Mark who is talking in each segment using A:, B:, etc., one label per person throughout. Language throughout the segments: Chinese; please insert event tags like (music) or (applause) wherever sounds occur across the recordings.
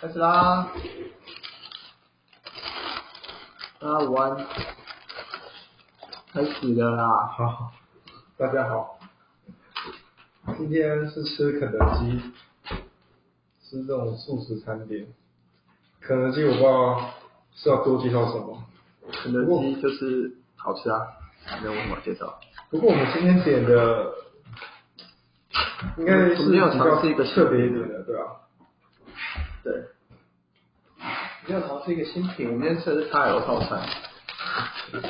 A: 开始啦！大家午安，开始了啦！
B: 好，大家好，今天是吃肯德基，吃这种素食餐点。肯德基我不知道是要多介绍什么，
A: 肯德基就是好吃啊，没有什么介绍。
B: 不过我们今天点的应该是比较特别一点的，对吧、
A: 对，没有尝试一个新品，我们今天吃的是叉 L 套
B: (laughs)
A: 餐。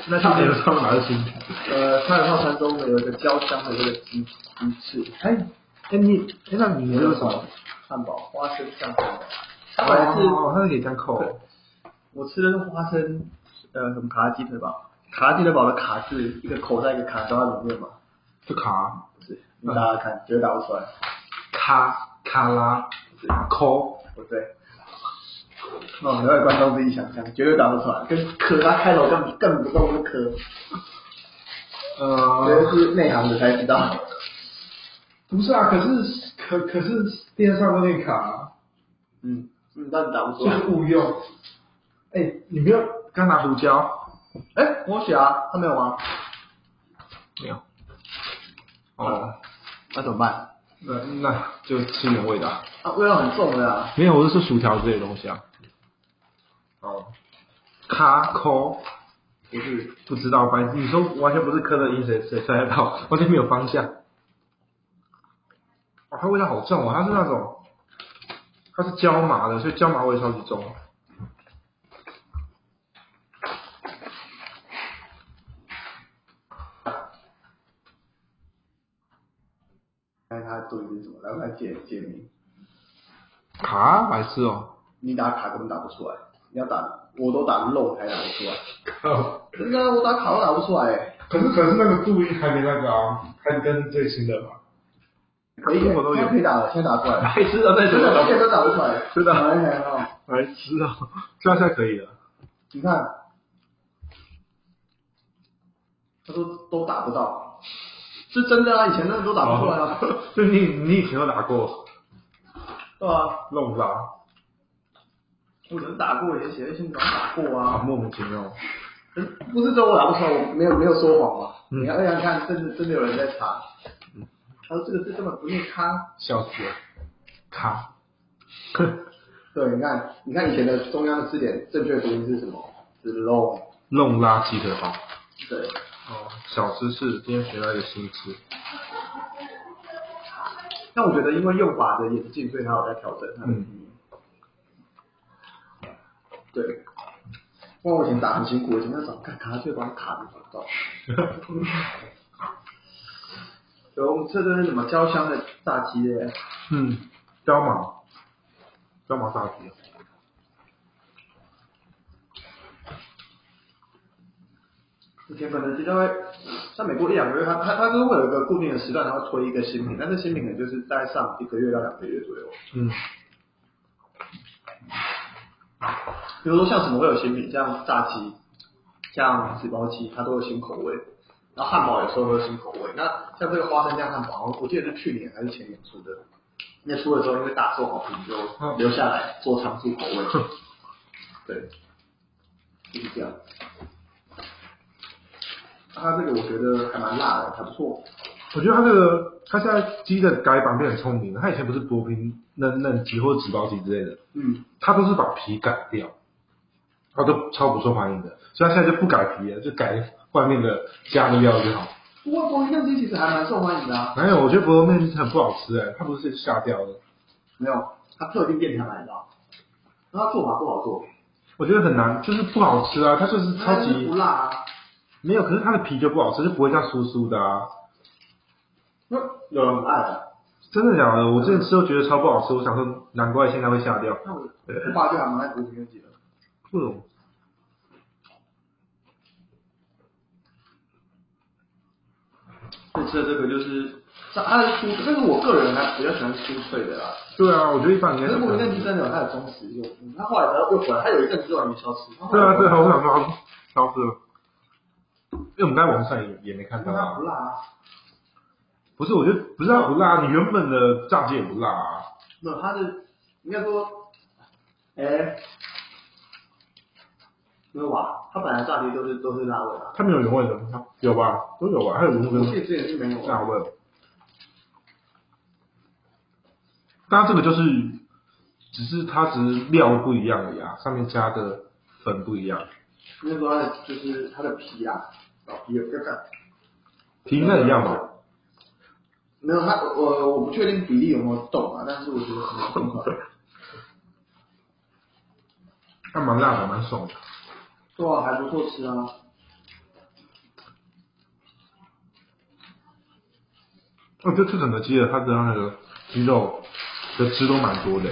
A: 那
B: 差点
A: 就是
B: 上哪个新品？
A: 呃，叉 L 套餐中呢有一个焦香的这个鸡鸡翅，
B: 哎，哎你，哎那你
A: 还
B: 有
A: 有
B: 什么？？
A: 汉堡，花生酱汉堡。它本来是
B: 哦，它是野香口，
A: 我吃的是花生，呃，什么卡拉鸡腿堡？卡拉鸡腿堡的卡是一个口袋一个卡装在里面嘛？
B: 就卡
A: 不是，你大家看，绝对打不出来。
B: 卡卡拉口，
A: 不对。哦，各位观众自己想象，绝对打不出来，跟壳它开头更更不动的壳，绝对
B: 呃，
A: 是内行的才知道。
B: 不是啊，可是可可是电视上都可以卡、啊。
A: 嗯，嗯，那你打不出
B: 就
A: 来
B: (laughs) 是。误用。哎、你不要刚拿胡椒，
A: 哎，我写啊，他没有吗？
B: 没有。哦，
A: 那怎么办？
B: 那那就吃原味的、啊。
A: 啊，味道很重的啊。
B: 没有，我是说薯条之类的东西啊。哦，卡口
A: 不是，
B: 不知道，反正你说完全不是科的音，谁谁猜得到？完全没有方向。哦，它味道好重哦，它是那种，它是椒麻的，所以椒麻味超级重。
A: 看它做的是什么，来我来解解谜。
B: 卡，白痴哦。
A: 你打卡根本打不出来，你要打我都打漏才打得出来。
B: 靠
A: 真的，啊我打卡都打不出来、欸。
B: 哦可是可是那个注音还没那个啊，还跟最新的吧？
A: 可以，
B: 我都有
A: 现在可以打了，现在打出来了。
B: (laughs) 白痴啊，在
A: 真的，现在都打不出来。
B: 真的
A: 哎哎哎
B: 白痴啊，这样现在可以了。
A: 你看，他说都打不到，是真的啊，以前那个都打不出来啊。
B: 就你你以前都打过
A: (laughs) 对啊，
B: 弄吧，
A: 我能打过，以前写的信都打过
B: 好
A: 啊。
B: 莫名其妙。
A: 不是只有我打不出来，我没有没有说谎嘛。
B: 嗯
A: 你要想想看，真的真的有人在查。他说这个字根本不念咖。
B: 笑死了，卡，
A: 对，你看，你看以前的中央的字典正确读音是什么？是 long。
B: (laughs) 弄拉鸡腿堡。
A: 对，
B: 哦，小知识，今天学到一个新知。
A: 但我觉得因为用法的演进，所以他有在调整他的
B: 嗯
A: 对，不然我以前打很辛苦，我以前要找看卡却把卡都找不到。对，我们这个是什么焦香的炸鸡耶？
B: (laughs) 嗯，椒麻，椒麻炸鸡。啊
A: 以前可能就会像每过一两个月，它它它是会有一个固定的时段，然后推一个新品，但是新品可能就是在上一个月到两个月左右。
B: 嗯，
A: 比如说像什么会有新品，像炸鸡，像纸包鸡，它都有新口味。然后汉堡有时候会有新口味。那像这个花生酱汉堡，我记得是去年还是前年出的，那出的时候因为大受好评，就留下来做常驻口味。对，就是这样。它这个我觉得还蛮辣的，还不错。
B: 我觉得它这个，它现在鸡的改版变很聪明了。它以前不是薄皮嫩嫩鸡或者纸包鸡之类的，
A: 嗯，
B: 他都是把皮改掉，他都超不受欢迎的，所以他现在就不改皮了，就改外面的加的料就好。
A: 不过薄皮嫩鸡其实还蛮受欢迎的啊。
B: 没有，我觉得薄面很不好吃哎、它不是下掉的，
A: 没有，它特定店才买得到，然后它做法不好做，
B: 我觉得很难，就是不好吃啊，它就是超
A: 它就是
B: 级
A: 不辣啊。
B: 没有，可是它的皮就不好吃，就不会这样酥酥的啊。
A: 那有人不爱啊。
B: 真的假的？我之前吃都觉得超不好吃，我想说难怪现在会下掉。
A: 那我我爸就还蛮爱国民级的。
B: 不懂，
A: 这吃的这个就是，它它的酥，但是我个人还比较喜欢酥脆的啦。
B: 对啊，我觉得一般应
A: 可
B: 该
A: 是
B: 是
A: 国民嫩鸡真的有它的忠实用户，它后来又回来，它有一阵子就完全消失。它后
B: 对
A: 来
B: 啊对啊，我想说它超市了，因为我们在网上也也没看
A: 因
B: 到
A: 为它
B: 啊
A: 不。辣啊，
B: 不是，我觉得不是它不辣，你原本的炸鸡也不辣啊。
A: 没有它的应该说，哎、没有吧？它本来炸鸡都是都是辣味啊，
B: 他们有原味的吗？有吧？都有吧？还有芦
A: 我
B: 根
A: 记得之前是没有
B: 辣
A: 啊。
B: 味。但它这个就是，只是它只是料不一样而已啊，上面加的粉不一样。
A: 应该说它的就是它的皮啊，老皮有要干，
B: 皮应该一样吧？
A: 没有它我我不确定比例有没有动啊，但是我觉得可能动了。
B: 它蛮辣的，蛮爽的。
A: 对啊，还不错吃啊。
B: 我觉得吃肯德基的，它的那个鸡肉的汁都蛮多的，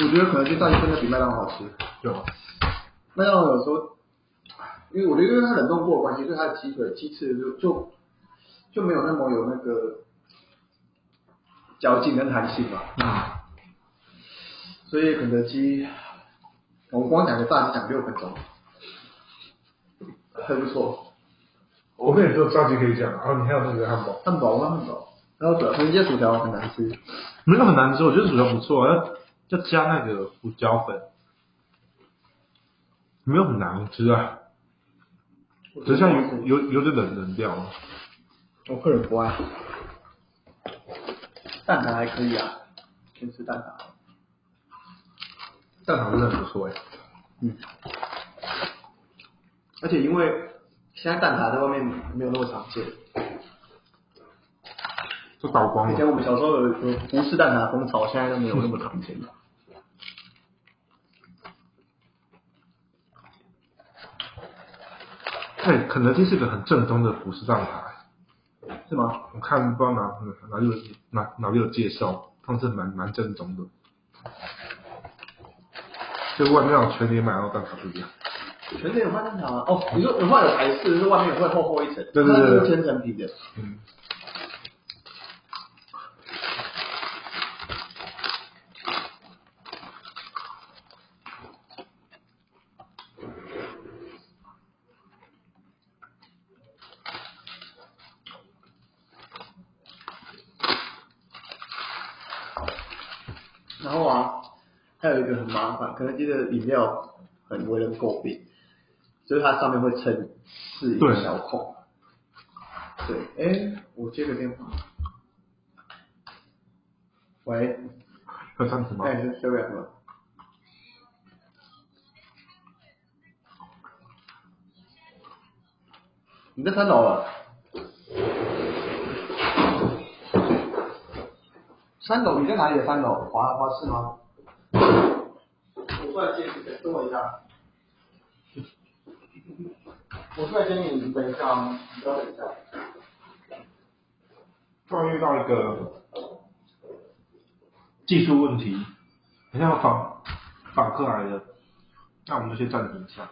A: 我觉得可能就炸鸡真的比麦当劳好吃。
B: 对吧？
A: 麦当劳有时候，唉因为我觉得因为它冷冻过的关系，所以它的鸡腿、鸡翅就就就没有那么有那个嚼劲跟弹性嘛。
B: 嗯，
A: 所以肯德基，我们光讲个炸鸡讲六分钟，还不错。
B: 我跟你说，炸鸡可以讲，然后你还有那个汉堡，
A: 汉堡啊汉堡，然后主要人家薯条很难吃，
B: 没有很难吃，我觉得薯条不错，啊要要加那个胡椒粉，没有很难吃啊，只是像有有有点冷冷掉了。
A: 我个人不爱。蛋挞还可以啊，先吃蛋挞。
B: 蛋挞真的很不错哎、
A: 嗯，而且因为现在蛋挞在外面没有那么常见，
B: 都倒光
A: 以前
B: 了。
A: 我们小时候有有葡式蛋挞风潮，现在都没有那么常见了。
B: 嗯对，肯德基是个很正宗的葡式蛋挞欸、
A: 是吗？
B: 我看不知道哪哪里有哪哪里有介绍，他们是蛮蛮正宗的，就外面那种全年买到蛋挞不一样。
A: 全脸有卖蛋挞吗？哦，你说有卖有排式，就是外面也会厚厚一层，
B: 对对对对
A: 它是千层皮的。
B: 嗯，
A: 然后啊，还有一个很麻烦，肯德基的饮料很为人诟病，就是它上面会撑是一个
B: 对
A: 小孔。对，哎，我接个电话。喂，
B: 还有蛋挞吗？
A: 哎，是 Siri 吗？你在三楼啊？三楼，你在哪里的三楼？华华市吗？我过来接你，等我一下。我过来接你，你等一下啊，你稍等一下。
B: 突然遇到一个技术问题，很像访访客来了，那我们就先暂停一下，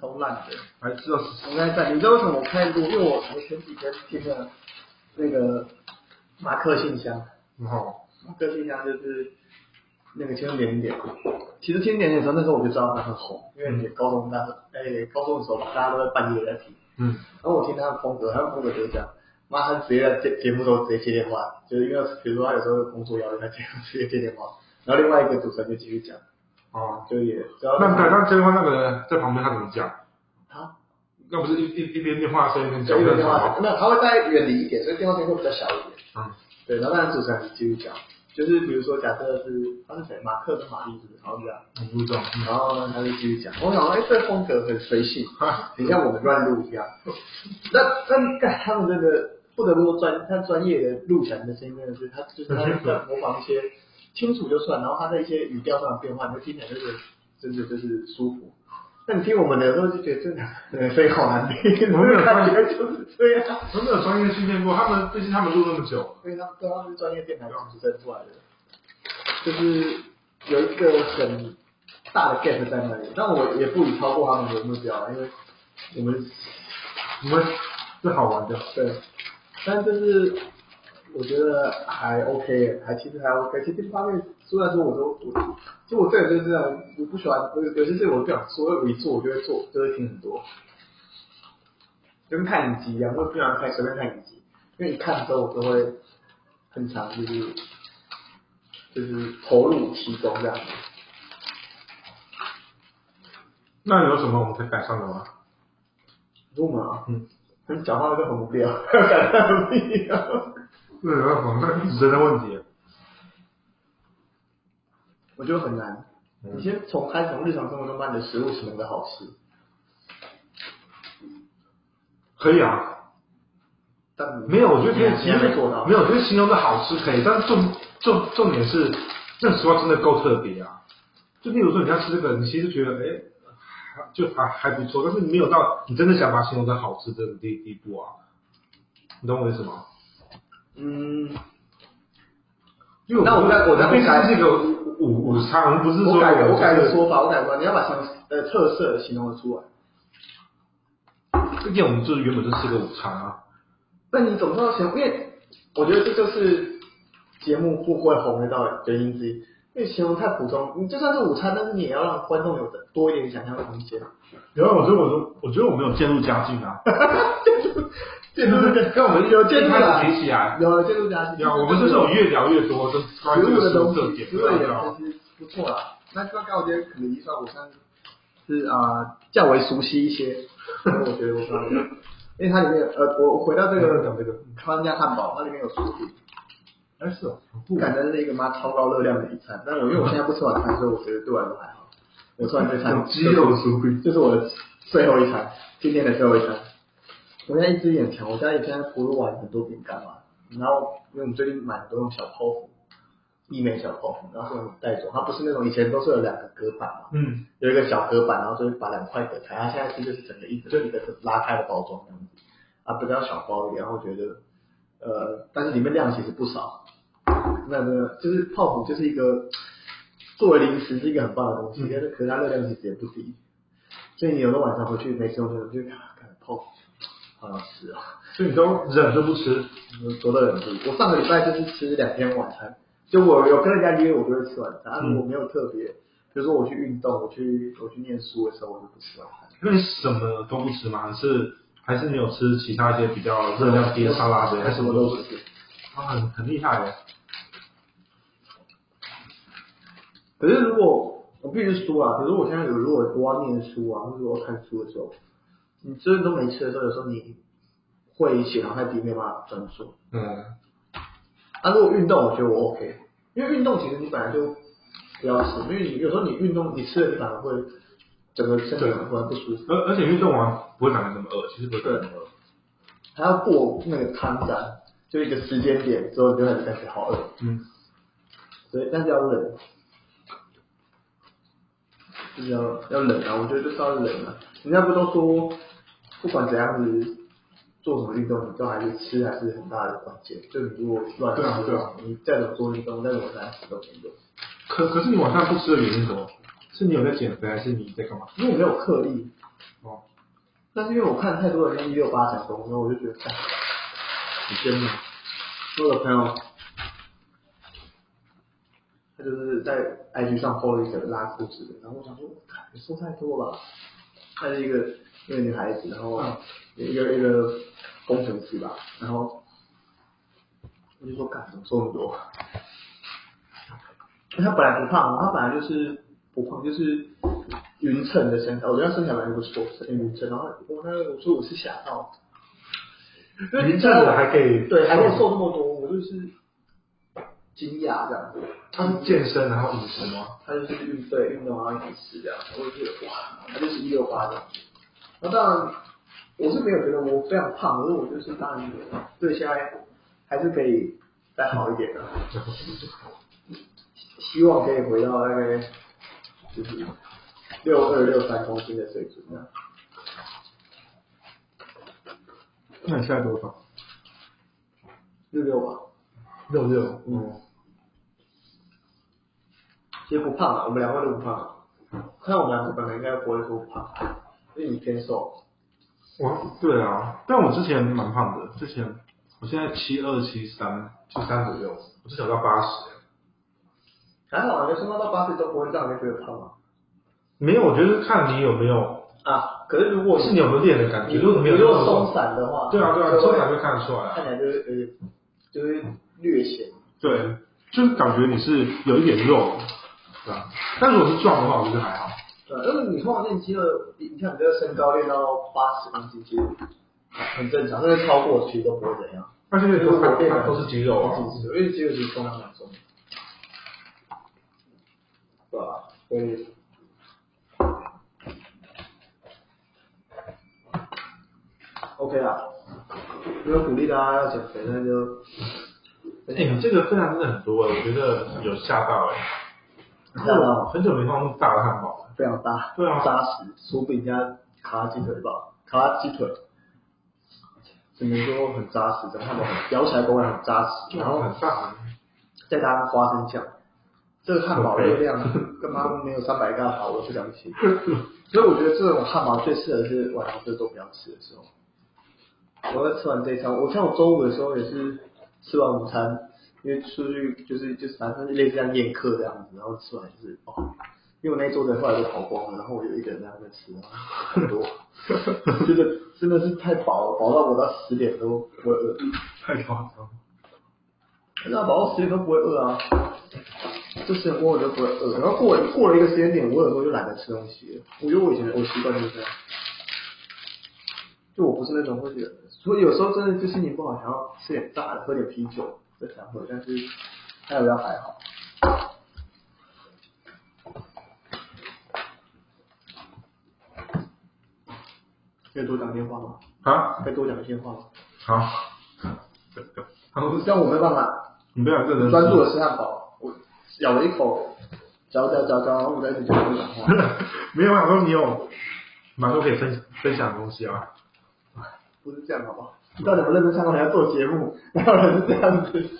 A: 超烂的。
B: 来知道是
A: 我刚才在，你知道为什么我开录？因为我我前几天听了那个马克信箱，
B: 然后
A: 马克信箱就是那个青春点点。其实青春点点的时候，那时候我就知道它很红，因为你高中那时候，哎、高中的时候大家都在半夜在听。
B: 嗯，
A: 然后我听他的风格，他的风格就是这样，妈，他直接在节节目时候直接接电话，就是因为比如说他有时候有工作要求，他直接直接接电话，然后另外一个主持人就继续讲，
B: 哦，
A: 就也只要
B: 那那那这句话那个人在旁边他怎么讲？
A: 啊，
B: 那不是一一一边电话声一边
A: 就
B: 讲
A: 一个
B: 很
A: 电
B: 好
A: 话
B: 吗，
A: 没有，他会再远离一点，所以电话声音会比较小一点。
B: 嗯，
A: 对，然后当然主持人还是继续讲，就是比如说假设是他是谁，马克跟玛丽是不是？好像这样，
B: 我不知道，嗯
A: 然后呢他就继续讲。我想说，哎，这风格很随性，很像我们乱录一样。那那干他们这个不得不说专他专业的录起来的声音真的是，他就是他在模仿一些清楚就算，然后他在一些语调上的变化，你就听起来就是真的就是舒服。那你听我们的时候就觉得真的呃声音好难听，
B: 我没有
A: 感觉就是这样。
B: 他们有专业训练过，他们毕竟他们录那么久，
A: 因为他们对他们是专业电台主持人出来的，就是有一个很大的 gap 在那里，但我也不以超过他们为目标，因为我们
B: 你们是好玩的，
A: 对，但就是我觉得还 OK，还其实还 OK，其实这方面虽然说我都我，就我这个人就是这样，我不喜欢有有些事我不想做，我一做我就会做，就会听很多，就跟看影集一样，我也不喜欢看随便看影集，因为一看之后我就会很长就是。就是投入其中这样子。
B: 那有什么我们可以改善的吗？
A: 入门啊，
B: 嗯，
A: 你讲话就很无聊， (laughs) 感叹很无聊。
B: 那有什么一直在问题？
A: 我觉得很难。
B: 嗯
A: 你先从开始从日常生活中把你的食物形容的好吃，
B: 可以啊，
A: 但你
B: 没有，我觉得可以
A: 你还
B: 其实
A: 没做到
B: 没。有，我觉得形容的好吃可以，但是重重重点是那食物真的够特别啊。就例如说你要吃这个，你其实觉得哎，还就还还不错，但是你没有到你真的想把它形容的好吃这种地地步啊。你懂我意思吗？
A: 嗯，
B: 因为
A: 那我
B: 们
A: 再我再
B: 毕
A: 改
B: 竟是一个午午餐，我们不是说
A: 我改个我改
B: 就
A: 个
B: 是
A: 说法，我改个说法，你要把形容呃特色形容的出来。
B: 毕竟我们就是原本就是吃个午餐啊。
A: 那你怎么说到形容？因为我觉得这就是节目不会红的到原因之一。因为形容太普通，你就算是午餐，但是你也要让观众有的多一点想象空
B: (laughs)
A: 间。
B: 然啊后我觉得我说，我觉得我没有渐入佳境 (laughs) 啊，
A: 建
B: (laughs)
A: 筑这
B: 跟我们
A: 有建筑
B: 一
A: 啊
B: 开始提起来，
A: 有建筑家，
B: 啊呀，我们就是有越聊越多，就是关
A: 食
B: 于这
A: 物的东
B: 个特
A: 西，
B: 点，
A: 食物的
B: 对啊
A: 也
B: 吧？
A: 真是不错啦。那那刚好今天肯德基算我算是啊、呃较为熟悉一些，所以我觉得我算，因为它里面有呃，我我回到这个嗯
B: 讲这个
A: 康家汉堡，它里面有薯饼，
B: 哎是哦，
A: 感觉是一个妈超高热量的一餐。但是我因为我现在不吃晚餐，所以我觉得对我来说还好。我吃完这餐
B: 有肌肉酥饼，
A: 这是我的最后一餐，今天的最后一餐。我现在一只眼馋，我家里现在葫芦娃有很多饼干嘛，然后因为我们最近买很多那种小泡芙，意面小泡芙，然后我带走，它不是那种以前都是有两个隔板嘛，
B: 嗯，
A: 有一个小隔板，然后就会把两块隔开，它现在是就是整个一整个一个拉开的包装这样子，啊比较小包一点，然后觉得呃，但是里面量其实不少，那个就是泡芙就是一个作为零食是一个很棒的东西，但是可是它热量其实也不低。所以你有的晚上回去没吃东西，你就看看泡芙，好想吃啊！
B: 所以你都忍着不吃，
A: 多的忍住。我上个礼拜就是吃两天晚餐，就我有跟人家约，我就会吃晚餐。啊如果没有特别，比如说我去运动，我去我去念书的时候，我就不吃晚餐。
B: 那你什么都不吃吗？是还是你有吃其他一些比较热量低的沙拉之类
A: 我
B: 的，还
A: 什
B: 是什
A: 么
B: 么
A: 都
B: 都
A: 不
B: 吃？
A: 吃。
B: 啊，很很厉害耶！
A: 可是如果我必须说啊，可是我现在有如果我要念书啊，或者我要看书的时候，你真的都没吃的时候，有时候你会血糖太低，没有办法专注。
B: 嗯，
A: 啊，如果运动，我觉得我 OK，因为运动其实你本来就不要吃，因为你有时候你运动，你吃了你反而会整个身体
B: 对
A: 突然不舒服，
B: 而而且运动完不会感觉那么饿，其实不会感觉那么饿。
A: 还要过那个抗战，就一个时间点之后，你就开始感觉好饿，
B: 嗯，
A: 所以但是要忍，就是要要忍啊，我觉得就是要忍啊。人家不都说，不管怎样子做什么运动，你都还是吃还是很大的关键。就你如果乱吃
B: 对啊对啊，
A: 你再怎么做运动，再怎么干什么都没用。
B: 可可是你晚上不吃的原因是什么？是你有在减肥，还是你在干嘛？
A: 因为我没有刻意。
B: 哦。
A: 但是因为我看太多人一六八成功，然后我就觉得，哎，
B: 你先吗？
A: 我有朋友，哦他就是在 IG 上 po 了一个拉裤子的，然后我想说，我靠，你瘦太多了吧。她是一个一个女孩子，然后
B: 嗯
A: 一个一个工程师吧，然后我就说，干怎么瘦那么多？因为她本来不胖，啊她本来就是不胖，就是匀称的身材，我觉得她身材本来就不错，很匀称。然后我那个我说我是吓到，因为
B: 匀称的还可以
A: 对，还可以瘦那么多，我就是惊讶这样子。
B: 他是健身然后饮食吗？
A: 他就是运对运动然后饮食这样，我就觉得哇，他就是一六八的。那当然，我是没有觉得我非常胖，可是我就是当然对现在还是可以再好一点的，希望可以回到大概就是六二六三公斤的水准这样。
B: 那你现在多少？
A: 六六吧，
B: 六六。
A: 嗯，其实不胖啊，我们两个都不胖啊。看我们两个本来应该不会说胖，因为你偏瘦。
B: 我对啊，但我之前蛮胖的，之前我现在七二七三七三左右，我之前有到八十，
A: 还好啊，你身高到八十都不会让人觉得胖啊。
B: 没有，我觉得看你有没有，
A: 啊，可是如果
B: 是你有没有练的感
A: 你
B: 觉，如果没有
A: 你如果
B: 那
A: 松
B: 种，
A: 散的话，
B: 对啊对啊，
A: 就会
B: 重感就看得出来
A: 看
B: 啊，
A: 起来就是呃，就是略显
B: 对，就是感觉你是有一点肉，对吧？但如果是壮的话，我觉得还好。
A: 对，因为你通常练肌肉，你看你这个身高练到八十公斤，其实很正常，但是超过其实都不会怎样。
B: 但是
A: 因为我练
B: 的都是肌肉啊，
A: 自己是因为肌肉其实重量蛮重的，对吧？所以，OK 啊，没有鼓励大家要减肥，那就
B: 哎、你这个分量真的很多哎、我觉得有吓到哎、
A: 吓到
B: 很久没看到那么大的汉堡了。
A: 非常大，
B: 对啊
A: 扎实，说不定人家卡鸡腿吧，卡鸡腿，只能说很扎实，整个汉堡很咬起来口感很扎实，然后
B: 很大，
A: 再搭上花生酱，这个汉堡热量干嘛没有三百大好，我就想起。所以我觉得这种汉堡最适合是晚上最多不要吃的时候。我在吃完这一餐，我像我中午的时候也是吃完午餐，因为出去就是就是反正类似像宴客这样子，然后吃完就是哦，因为我那一桌的后来都跑光了，然后我就一个人在那边吃，然后很多，就是真的是太饱了，饱到我到十点都不会饿。
B: 太夸张。
A: 那保到十点都不会饿啊，就吃很多我就不会饿。然后过了过了一个时间点，我有时候就懒得吃东西了。我觉得我以前我习惯就是这样，就我不是那种会觉得，所以有时候真的就心情不好，想要吃点炸的，喝点啤酒，这才会。但是还有要还好。可以多讲一些话吗？
B: 啊，
A: 可以多讲一些话吗？
B: 好。他说
A: 这样我没办法
B: 你不想认真
A: 专注的
B: 吃
A: 吃汉堡，我咬了一口，嚼嚼嚼嚼，然后我在那边不讲话，
B: (laughs) 没有，我想说你有蛮多可以分分享的东西啊。
A: 不是这样好不好？你到底有没有认真上课还要做节目，哪有人这样子？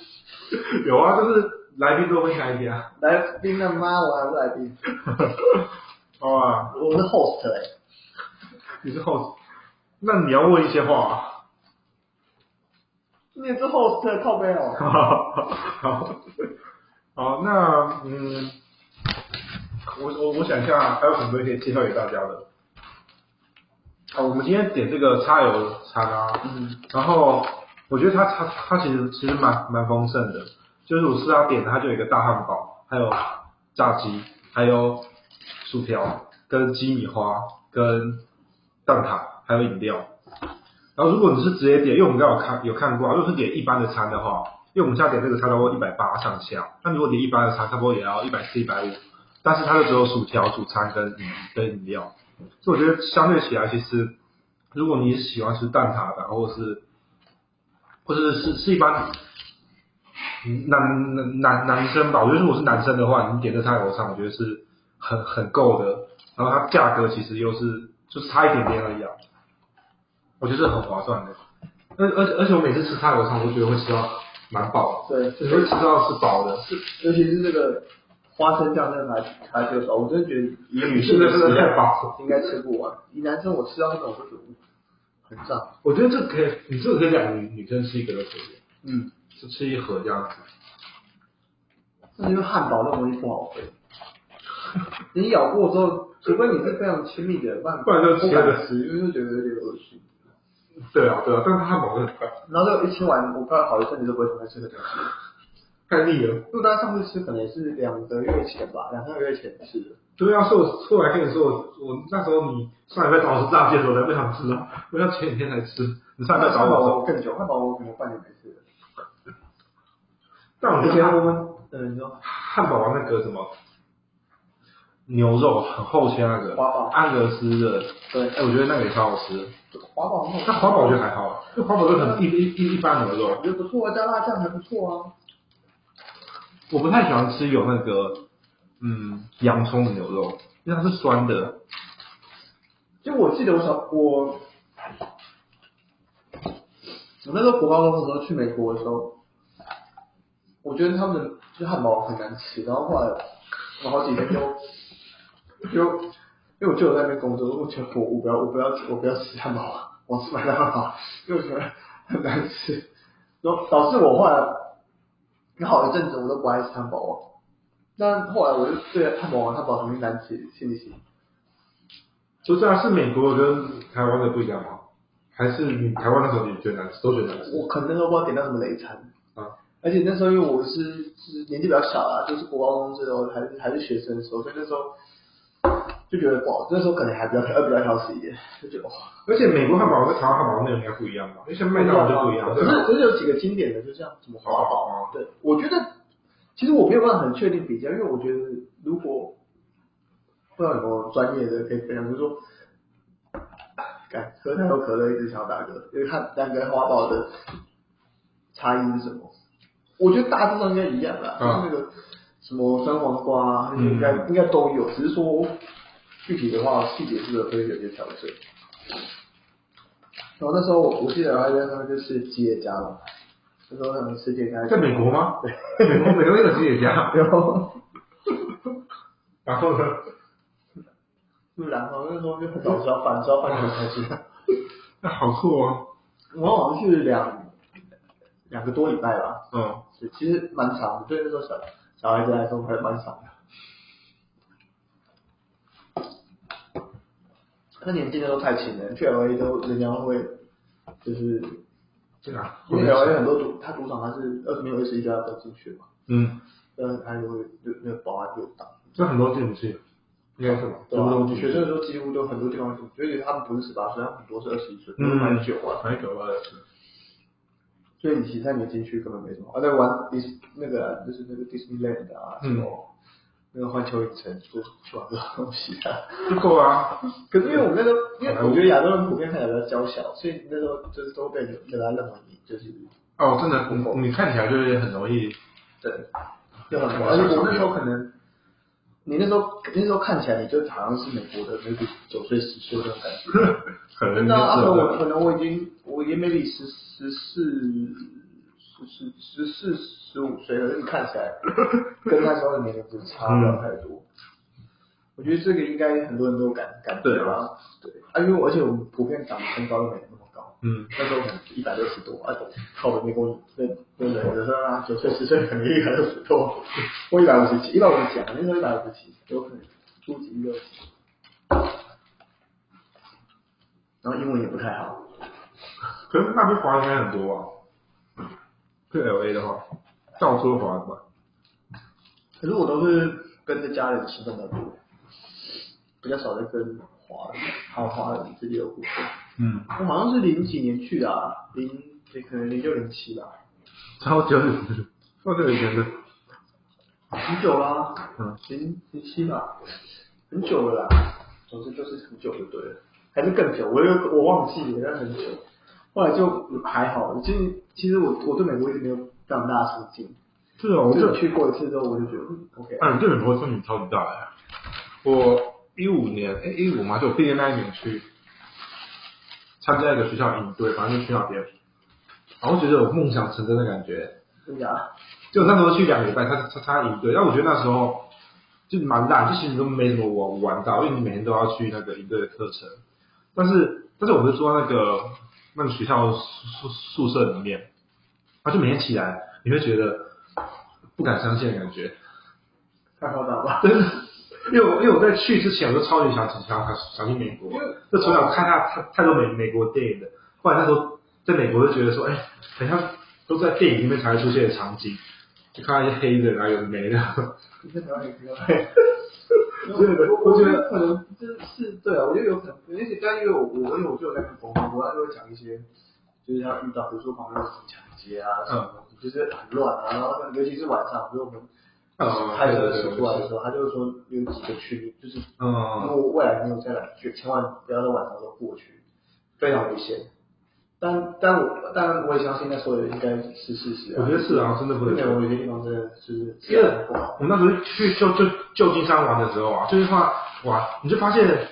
B: 有啊，就是来宾多分享一点 (laughs) 啊。
A: 来宾他妈，我还不是来宾，
B: 哦啊，
A: 我是 host 哎、
B: 你是后，那你要问一些话啊
A: 你也是 host 靠背哦
B: 啊。。好，好，那嗯，我我我想一下，还有什么东西可以介绍给大家的？啊，我们今天点这个叉油餐啊，
A: 嗯，
B: 然后我觉得它它它其实其实蛮蛮丰盛的，就是我吃它点它就有一个大汉堡，还有炸鸡，还有薯条跟鸡米花跟蛋挞，还有饮料。然后如果你是直接点，因为我们刚刚有看有看过啊，如果是点一般的餐的话，因为我们现在点这个差不多一百八上下，那如果点一般的餐，差不多也要一百四、一百五，但是它就只有薯条、主餐跟饮跟饮料，所以我觉得相对起来，其实如果你喜欢吃蛋挞的，或者是或者是是是一般男男男男生吧，我觉得如果是男生的话，你点这菜油上，我觉得是很很够的。然后它价格其实又是就是差一点点而已啊，我觉得是很划算的。而而且而且我每次吃菜油上，我都觉得会吃到蛮饱的，
A: 对，
B: 你会吃到是饱的。
A: 尤其是这个花生酱那个还还最少，我真的觉得以女
B: 是
A: 性
B: 的，
A: 的
B: 是的，
A: 食
B: 太
A: 量
B: 饱了。
A: 应该吃不完，以男生我吃到那种我就觉得嗯很胀。
B: 我觉得这可以，你这个可以两个女女生吃一个都可以，
A: 嗯，
B: 就吃一盒这样子。
A: 那因为汉堡那种东西不好吃。你咬过之后，除非你是非常亲密的人，不然
B: 不然就
A: 不
B: 切了
A: 敢吃，因为就觉得有点恶心。
B: 对啊，对啊，但是汉堡真的很快，
A: 然后这个一吃完，我刚好一阵子都不会想再吃这个东西。
B: 太腻了。
A: 如果大家上次吃，可能也是两个月前吧，两三个月前吃的。
B: 对啊，所以我后来跟你说，我我那时候你上礼拜找我吃炸鸡的时候，我才不想吃啊，我要前几天才吃。你上礼拜找
A: 汉
B: 我的时
A: 堡
B: 候，
A: 我更久，汉堡我可能半年没吃了。
B: 但我觉
A: 以前
B: 得
A: 我们，嗯，你说
B: 汉堡王那个什么牛肉很厚切那个
A: 华堡
B: 安格斯的，
A: 对
B: 哎，我觉得那个也超好吃。
A: 华堡那
B: 那华堡我觉得还好，啊因为华堡就很一一一一般牛肉
A: 我，觉得不错啊，加辣酱还不错啊。
B: 我不太喜欢吃有那个嗯洋葱的牛肉，因为它是酸的。
A: 就我记得我小我，我那时候国高中的时候去美国的时候，我觉得他们就汉堡很难吃，然后后来我好几天就就因为我就有在那边工作，我觉得我我不要我不要我不要吃汉堡，我吃麦当劳，因为我觉得很难吃，然后导致我后来有好一阵子我都不爱吃汉堡王，但后来我就对汉堡王汉堡很难吃，信不信？
B: 就这样，是美国跟台湾的不一样吗？还是你台湾那时候你觉得难吃，都觉得难吃
A: 我可能都不知道点到什么雷餐
B: 啊？
A: 而且那时候因为我是是年纪比较小啊，就是国高中这时候还是还是学生的时候，所以那时候就觉得不好，那时候可能还比较呃比较挑食一点，就觉得哇，哦
B: 而且美国汉堡跟台湾汉堡内容应该不一样吧？因为像麦当劳就不一样，
A: 可
B: 对
A: 是
B: 吧？
A: 可是有几个经典的，就像什么
B: 华
A: 华
B: 堡
A: 堡
B: 啊
A: 啊，对，我觉得其实我没有办法很确定比较，因为我觉得如果不知道有没有专业的可以分享，就是说，干喝太多可乐一直想要打嗝，因为看蛋跟花豹的差异是什么？我觉得大致上应该一样啦，
B: 嗯
A: 就是那个什么酸黄瓜啊，
B: 嗯
A: 应该、应该都有，只是说具体的话细节是不是会有些调整。然后那时候我我记得还在他们就是吉野家嘛，那时候他们吃吉野家，
B: 在美国吗？美国美国也有吉野家，
A: 然 (laughs) 后
B: (laughs) 然后呢？
A: 然后那时候就很少吃到饭，吃到饭就很开心。
B: 那好酷哦，
A: 我好像是两两个多礼拜吧，
B: 嗯，
A: 是其实蛮长的，对那时候小小孩子来说还蛮长的。那年纪那时候太轻了，去 L A 都人家会就是
B: 对啊，
A: 因为 L A 很多赌，他赌场他是二十名有二十一家都进去嘛，
B: 嗯，
A: 嗯，他就会就那个保安就挡。
B: 这很多进不去，应该是吧？
A: 对吧？
B: 全部
A: 我
B: 都
A: 们
B: 进不
A: 学
B: 去
A: 生的时候几乎都很多地方进，所以他们不是十八岁，他们很多是二十一岁，都
B: 嗯，
A: 蛮久啊。
B: 蛮久了，
A: 所以你其实在你的禁区根本没什么，而在玩迪斯那个啊就是那个 Disneyland 啊，什么、那个环球影城，就是去玩这种东西啊。
B: 就够啊。
A: 可是因为我们那 (laughs) 时候，因为我觉得亚洲人普遍看起来比较娇小，所以那时候就是都被人家认为你就是
B: 哦，真的，你你看起来就是很容易，
A: 对，就很而且我那时候可能，你那时候那时候看起来你就好像是美国的 maybe 九岁十岁那种感觉。
B: 可能
A: 真的啊，那时候我
B: 就
A: 可能我已经我也 maybe 十十四十十十四十五岁了，可是你看起来跟那时候的年龄不是差不了太多。我觉得这个应该很多人都有感感觉
B: 对啊
A: 吧，对啊，因为我而且我们普遍长得身高都没那么高，
B: 嗯，
A: 那时候可能一百六十多，啊，靠我美国那那人有时候啊九岁十岁可能一百六十多，我一百五十几，一百五十几，啊，那时候一百五十几，有可能初级一六几，然后英文也不太好，
B: 可是那边华人应该很多吧？对 L A 的话，到处都华人吧？
A: 可是我都是跟着家人吃饭比较多，比较少在跟华人、还有华人自己有互动。
B: 嗯，
A: 我好像是零几年去的、啊，零可能零六零七吧，
B: 超久远，到哦这里真的，
A: 很久啦、
B: 嗯
A: 零零七吧，很久了啦。总之就是很久就对了，还是更久，我又我忘记了，但很久。后来就还好，其实其实我我对美国一直没有非常大的憧憬，
B: 是哦，
A: 我
B: 我这
A: 就去过一次之后，我就觉得嗯 OK，
B: 啊，你对美国憧憬超级大呀！我一五年，哎一五嘛，就我毕业那一年去参加一个学校的营队，反正就去那边，然后觉得有梦想成真的感觉。
A: 真的假的？
B: 就那时候去两个礼拜，他他他营队，但我觉得那时候就蛮烂，就其实都没什么玩玩到，因为你每天都要去那个营队的课程。但是但是我们住到那个那个学校宿宿宿舍里面，啊，就每天起来你会觉得不敢相信的感觉。
A: 太夸张吧？
B: 真的， (laughs) 因为我因为我在去之前我就超级想想想想去美国，就从小看他太太多美美国电影的，后来那时候在美国就觉得说，哎、好像都在电影里面才会出现的场景，就看到一些黑人啊，有的没的， (laughs)
A: 你在台湾也听到。
B: 所以我
A: 我
B: 我
A: 觉
B: 觉得
A: 得可能就是是对啊，我觉得有可能，而且但因为我我因为我就有在那工作，我他就会讲一些，就是他遇到比如说旁边有什么抢劫啊什么，就是很乱啊，然后尤其是晚上，比如我们
B: 嗯
A: 开车驶出来的时候，他就说有几个区域，就是如
B: 嗯，
A: 果未来没有再来，就千万不要在晚上的时候过去，非常危险。但但我当然我也相信那时候应该是事实、啊，
B: 我觉得是啊，真的不
A: 因
B: 能
A: 为
B: 说。
A: 我有些地方真的就是
B: 因为我们那时候去旧旧旧金山玩的时候啊，旧金山哇，你就发现，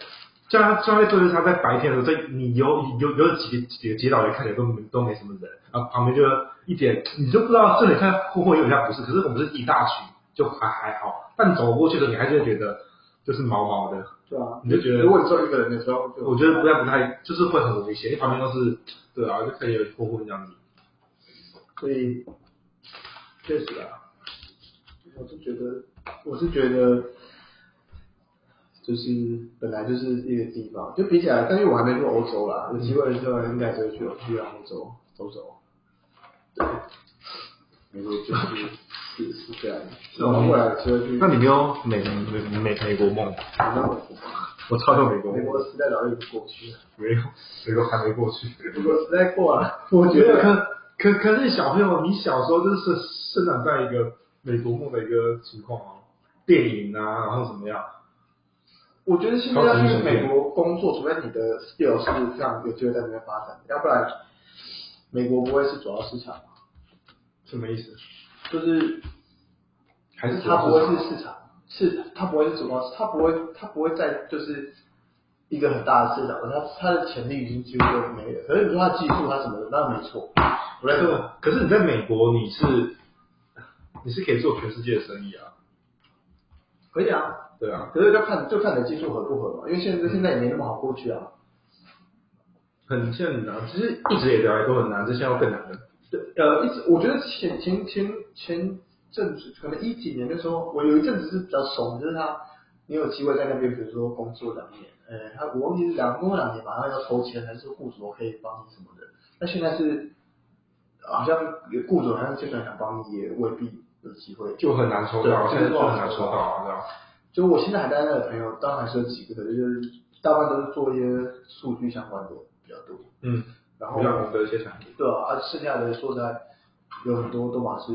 B: 加上加上旧金山在白天的时候，在你有有有几个几个街道也看起来都没都没什么人，然后旁边就一点，你就不知道这里看会不会有人家不是，可是我们是一大群，就还还好，但你走过去的时候，你还是会觉得就是毛毛的，
A: 对啊，
B: 你就觉得
A: 如果你只有一个人的时候，就
B: 我觉得不太不太就是会很危险，因为旁边都是对啊，就可以有混混这样子。
A: 所以确实啊，我是觉得，我是觉得，就是本来就是一个地方，就比起来，但因为我还没去欧洲啦，有机会的时候应该就去去欧洲走走。对，
C: 美国就是是是这样，然后未来就会去
B: 那你没有美美美美国梦？
A: 反正我
B: 我超有美国
A: 美
B: 梦，
A: 国的时代早就已经过去了，
B: 没有，美国还没过去。
A: 美国时代过了，我
B: 没
A: 觉
B: 有
A: 得
B: 可可可是小朋友，你小时候就是生长在一个美国梦的一个情况啊，电影啊，然后怎么样？
A: 我觉得现在要去美国工作，除非你的 skill 是让有机会在那边发展，要不然美国不会是主要市场，
B: 什么意思？
A: 就是
B: 还是
A: 它不会
B: 主要市
A: 是市场，是它不会是主要，它不会它不会在就是一个很大的市场，它它的潜力已经几乎就没了。可是你说它技术它什么的，那没错，我在说
B: 场可是你在美国，你是你是可以做全世界的生意啊，
A: 可以啊，
B: 对啊，
A: 可是就看就看你的技术合不合嘛，因为现在现在也没那么好过去啊。
B: 很现在很难，其实一直以来都很难，这现在要更难了。
A: 对，呃，一直我觉得前前前前阵子，可能一几年的时候，我有一阵子是比较怂，就是他，你有机会在那边，比如说工作两年，呃，他我忘记是两工作两年吧，然后要抽签，还是雇主可以帮你什么的。那现在是好像雇主好像就算想帮你，也未必有机会。就
B: 就很难抽到，现在就很难抽到啊，对吧？
A: 就我现在还在那的朋友，当然还是有几个，可是就是大部分都是做一些数据相关的比较多，
B: 嗯，
A: 然后
B: 比较懂得一些产业。
A: 对啊，啊剩下的说实在，有很多都嘛是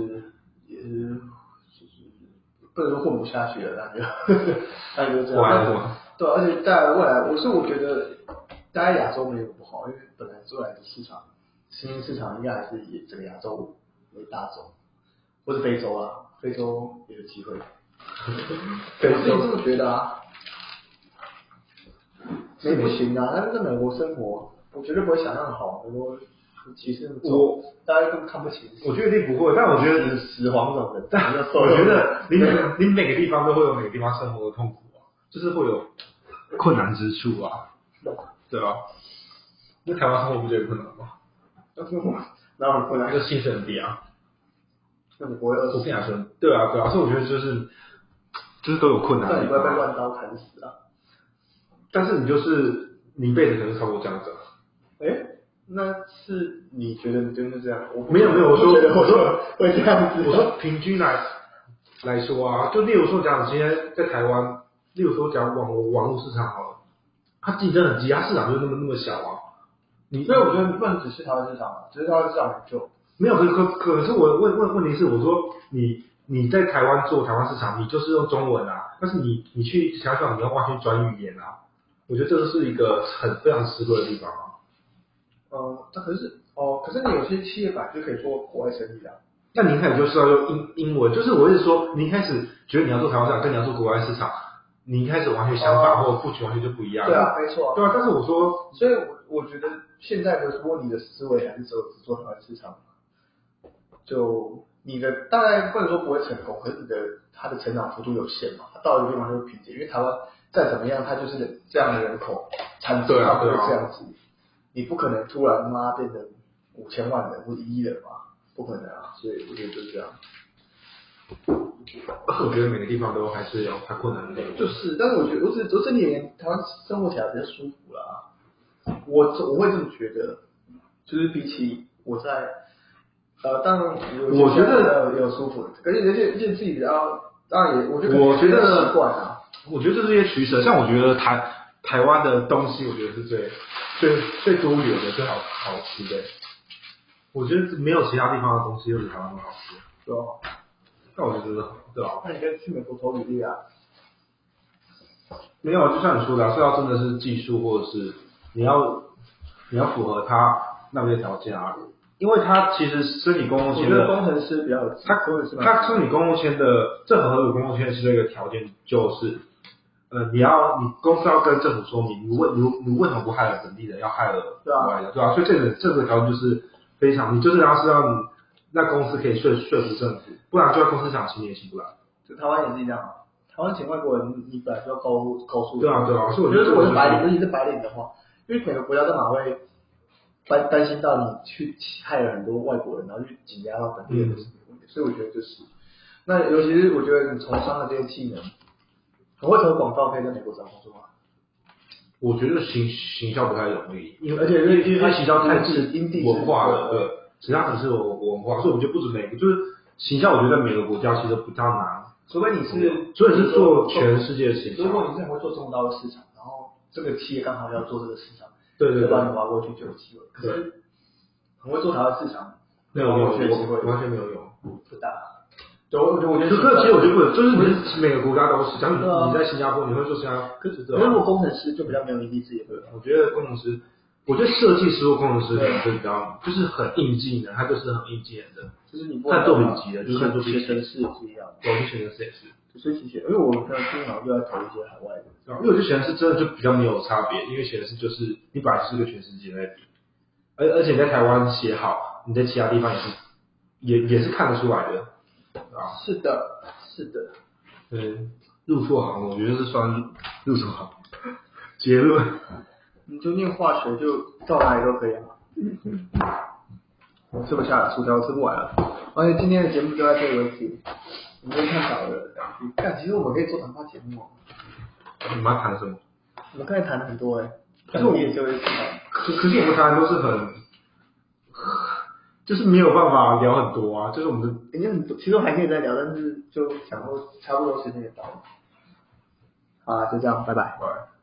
A: 也是就是不能说混不下去了，那 (laughs) 就那就这
B: 过来
A: 样。
B: 过来
A: 对啊、而且在未来，我是我觉得待在亚洲没有不好，因为本来未来的市场新兴市场应该还是以整个亚洲为大宗，或是非洲啊，非洲也有
B: (laughs)
A: 机会。我自己这么觉得啊，没不行啊，但是在美国生活，我绝对不会想象好。美国其实
B: 我
A: 大家更看不起你，
B: 我觉得一定不会，但我觉
A: 是
B: 得
A: 死黄种人，
B: 但
A: 你就受
B: 我
A: 不了
B: 觉得你
A: 对
B: 每你每个地方都会有每个地方生活的痛苦啊，就是会有困难之处啊，对吧？那台湾生活不就有困难吗？
A: 那是我那很困
B: 那
A: 难，
B: 个新生比啊，
A: 那你不会饿
B: 我
A: 死，
B: 跟你说，对啊对啊，所以我觉得就是就是都有困难
A: 那
B: 的
A: 你不
B: 地
A: 会被
B: 方，
A: 乱刀砍死啊？
B: 但是你就是你一辈子可能差不多这样子啊。
A: 哎，那是你觉得你真的这样？我不
B: 没有没有我说
A: 觉得我说会这样子，
B: 我说平均来来说啊，就例如说讲，今天在台湾，例如说讲网络网络市场好了，它竞争很激，它市场就那么那么小啊。你
A: 所以我觉得不能只是台湾市场嘛，只是台湾市场没救。
B: 没有，可可可是我问问问题是，我说你你在台湾做台湾市场，你就是用中文啊，但是你你去香港，你要完全转语言啊，我觉得这就是一个很非常吃亏的地方啊。
A: 嗯，那可是哦，可是你有些企业版就可以做国外生意啊。
B: 那你一开始就是要用英英文，就是我一直说，你一开始觉得你要做台湾市场，跟你要做国外市场，你一开始完全想法或者布局完全就不一样。
A: 哦对啊，没错啊。
B: 对啊，但是我说，
A: 所以我，我觉得现在的如果你的思维还是只有只做台湾市场，就你的当然不能说不会成功，可是你的它的成长幅度有限嘛，它到一个地方就会瓶颈，因为台湾再怎么样，它就是这样的人口产值
B: 对啊
A: 它就是
B: 对啊
A: 这样子，你不可能突然妈变成五千万人或者一亿人嘛，不可能啊，所以我觉得就是这样。
B: 我觉得每个地方都还是有它困难的地方。
A: 就是，但是我觉得我只我这几年台湾生活起来比较舒服啦，我我会这么觉得，就是比起我在，呃，当然
B: 我觉得
A: 也有舒服，而且而且而且自己比较，当然也我觉得
B: 我觉得
A: 可能也习惯啊，
B: 我觉得这是一些取舍，像我觉得台台湾的东西，我觉得是最最最多元的、最好好吃的。我觉得没有其他地方的东西会比台湾更好吃。
A: 对吧？
B: 那我就真的对吧？
A: 那你可以去美国投履历啊，
B: 没有，就像你说的啊，是要真的是技术，或者是你要你要符合他那边的条件啊，因为他其实身体公共
A: 我
B: 性
A: 觉
B: 的
A: 得工程师比较有机会，
B: 他
A: 工程师蛮
B: 他申请公共签的政府核准公共签是这个条件就是，呃，你要你公司要跟政府说明，你为你你为什么不害了本地人，要害了
A: 对啊
B: 国外的，对吧、所以这个这个条件就是非常，你就是要是让你那公司可以说说服政府，不然就在公司想请你也请不来。
A: 就台湾也是一样啊，台湾请外国人，你本来就要高高速。
B: 对啊对啊所以我
A: 我
B: 觉
A: 觉
B: 得
A: 得如果
B: 这
A: 是
B: 个
A: 白
B: 就是
A: 领，尤其是白领的话，因为每个国家都蛮会担担心到你去害了很多外国人，然后去挤压到本地人的生活、所以我觉得就是，那尤其是我觉得你从商的这些技能，很会投广告，可以在美国找工作啊。
B: 我觉得行行销不太容易，因为
A: 而且
B: 因为因为它行销太
A: 因地因地
B: 是
A: 制
B: 文化
A: 宜
B: 了，对，其他城市有文化，所以我们就不止美国，就是形象我觉得每个国家其实不大难，
A: 除非你是，
B: 所以是做全世界的形
A: 如果
B: 象。
A: 你是还会做中高的市场，然后这个企业刚好要做这个市场，
B: 对对
A: 就
B: 对，
A: 帮你挖过去就有机会。可是很会做台湾市场，
B: 没有用，
A: 挖过去的机
B: 我
A: 会
B: 完全没有用。
A: 不大。对，我我觉得
B: 就
A: 形
B: 这个
A: 象
B: 其实我觉得不，就是你每个国家都是，假如你
A: 对啊
B: 你在新加坡，你会做新加坡，可是
A: 因为如果工程师就比较没有能力自己会
B: 我觉得工程师，我觉得设计师或工程师可能是比较，就是很应技能，他就是很应技能的。
A: 就是你不
B: 看作品集的啊就是看作品集
A: 学生是不一样的。
B: 我就选择摄影师，
A: 所以其实，因为我们经常就在投一些海外的，
B: 对啊因为我觉得选的是真的就比较没有差别，因为选的是就是你本来就是个全世界在比，而而且你在台湾写好，你在其他地方也是也也是看得出来的，啊，
A: 是的，是的，
B: 对，呃入错行，我觉得是算入入错行。结论，
A: 你就念化学就到哪里都可以啊。我吃不下了，薯条吃不完了。而且今天的节目就到这里为止。我们看少了两句，但其实我们可以做谈话节目哦。
B: 你们要谈什么？
A: 我们刚才谈了很多哎、但是我们也只有一次嘛。
B: 可可是我们谈的都是很，就是没有办法聊很多啊，就是我们的
A: 人家很多，其实我还可以再聊，但是就想说差不多时间也到了。好了，就这样，拜拜。
B: 块。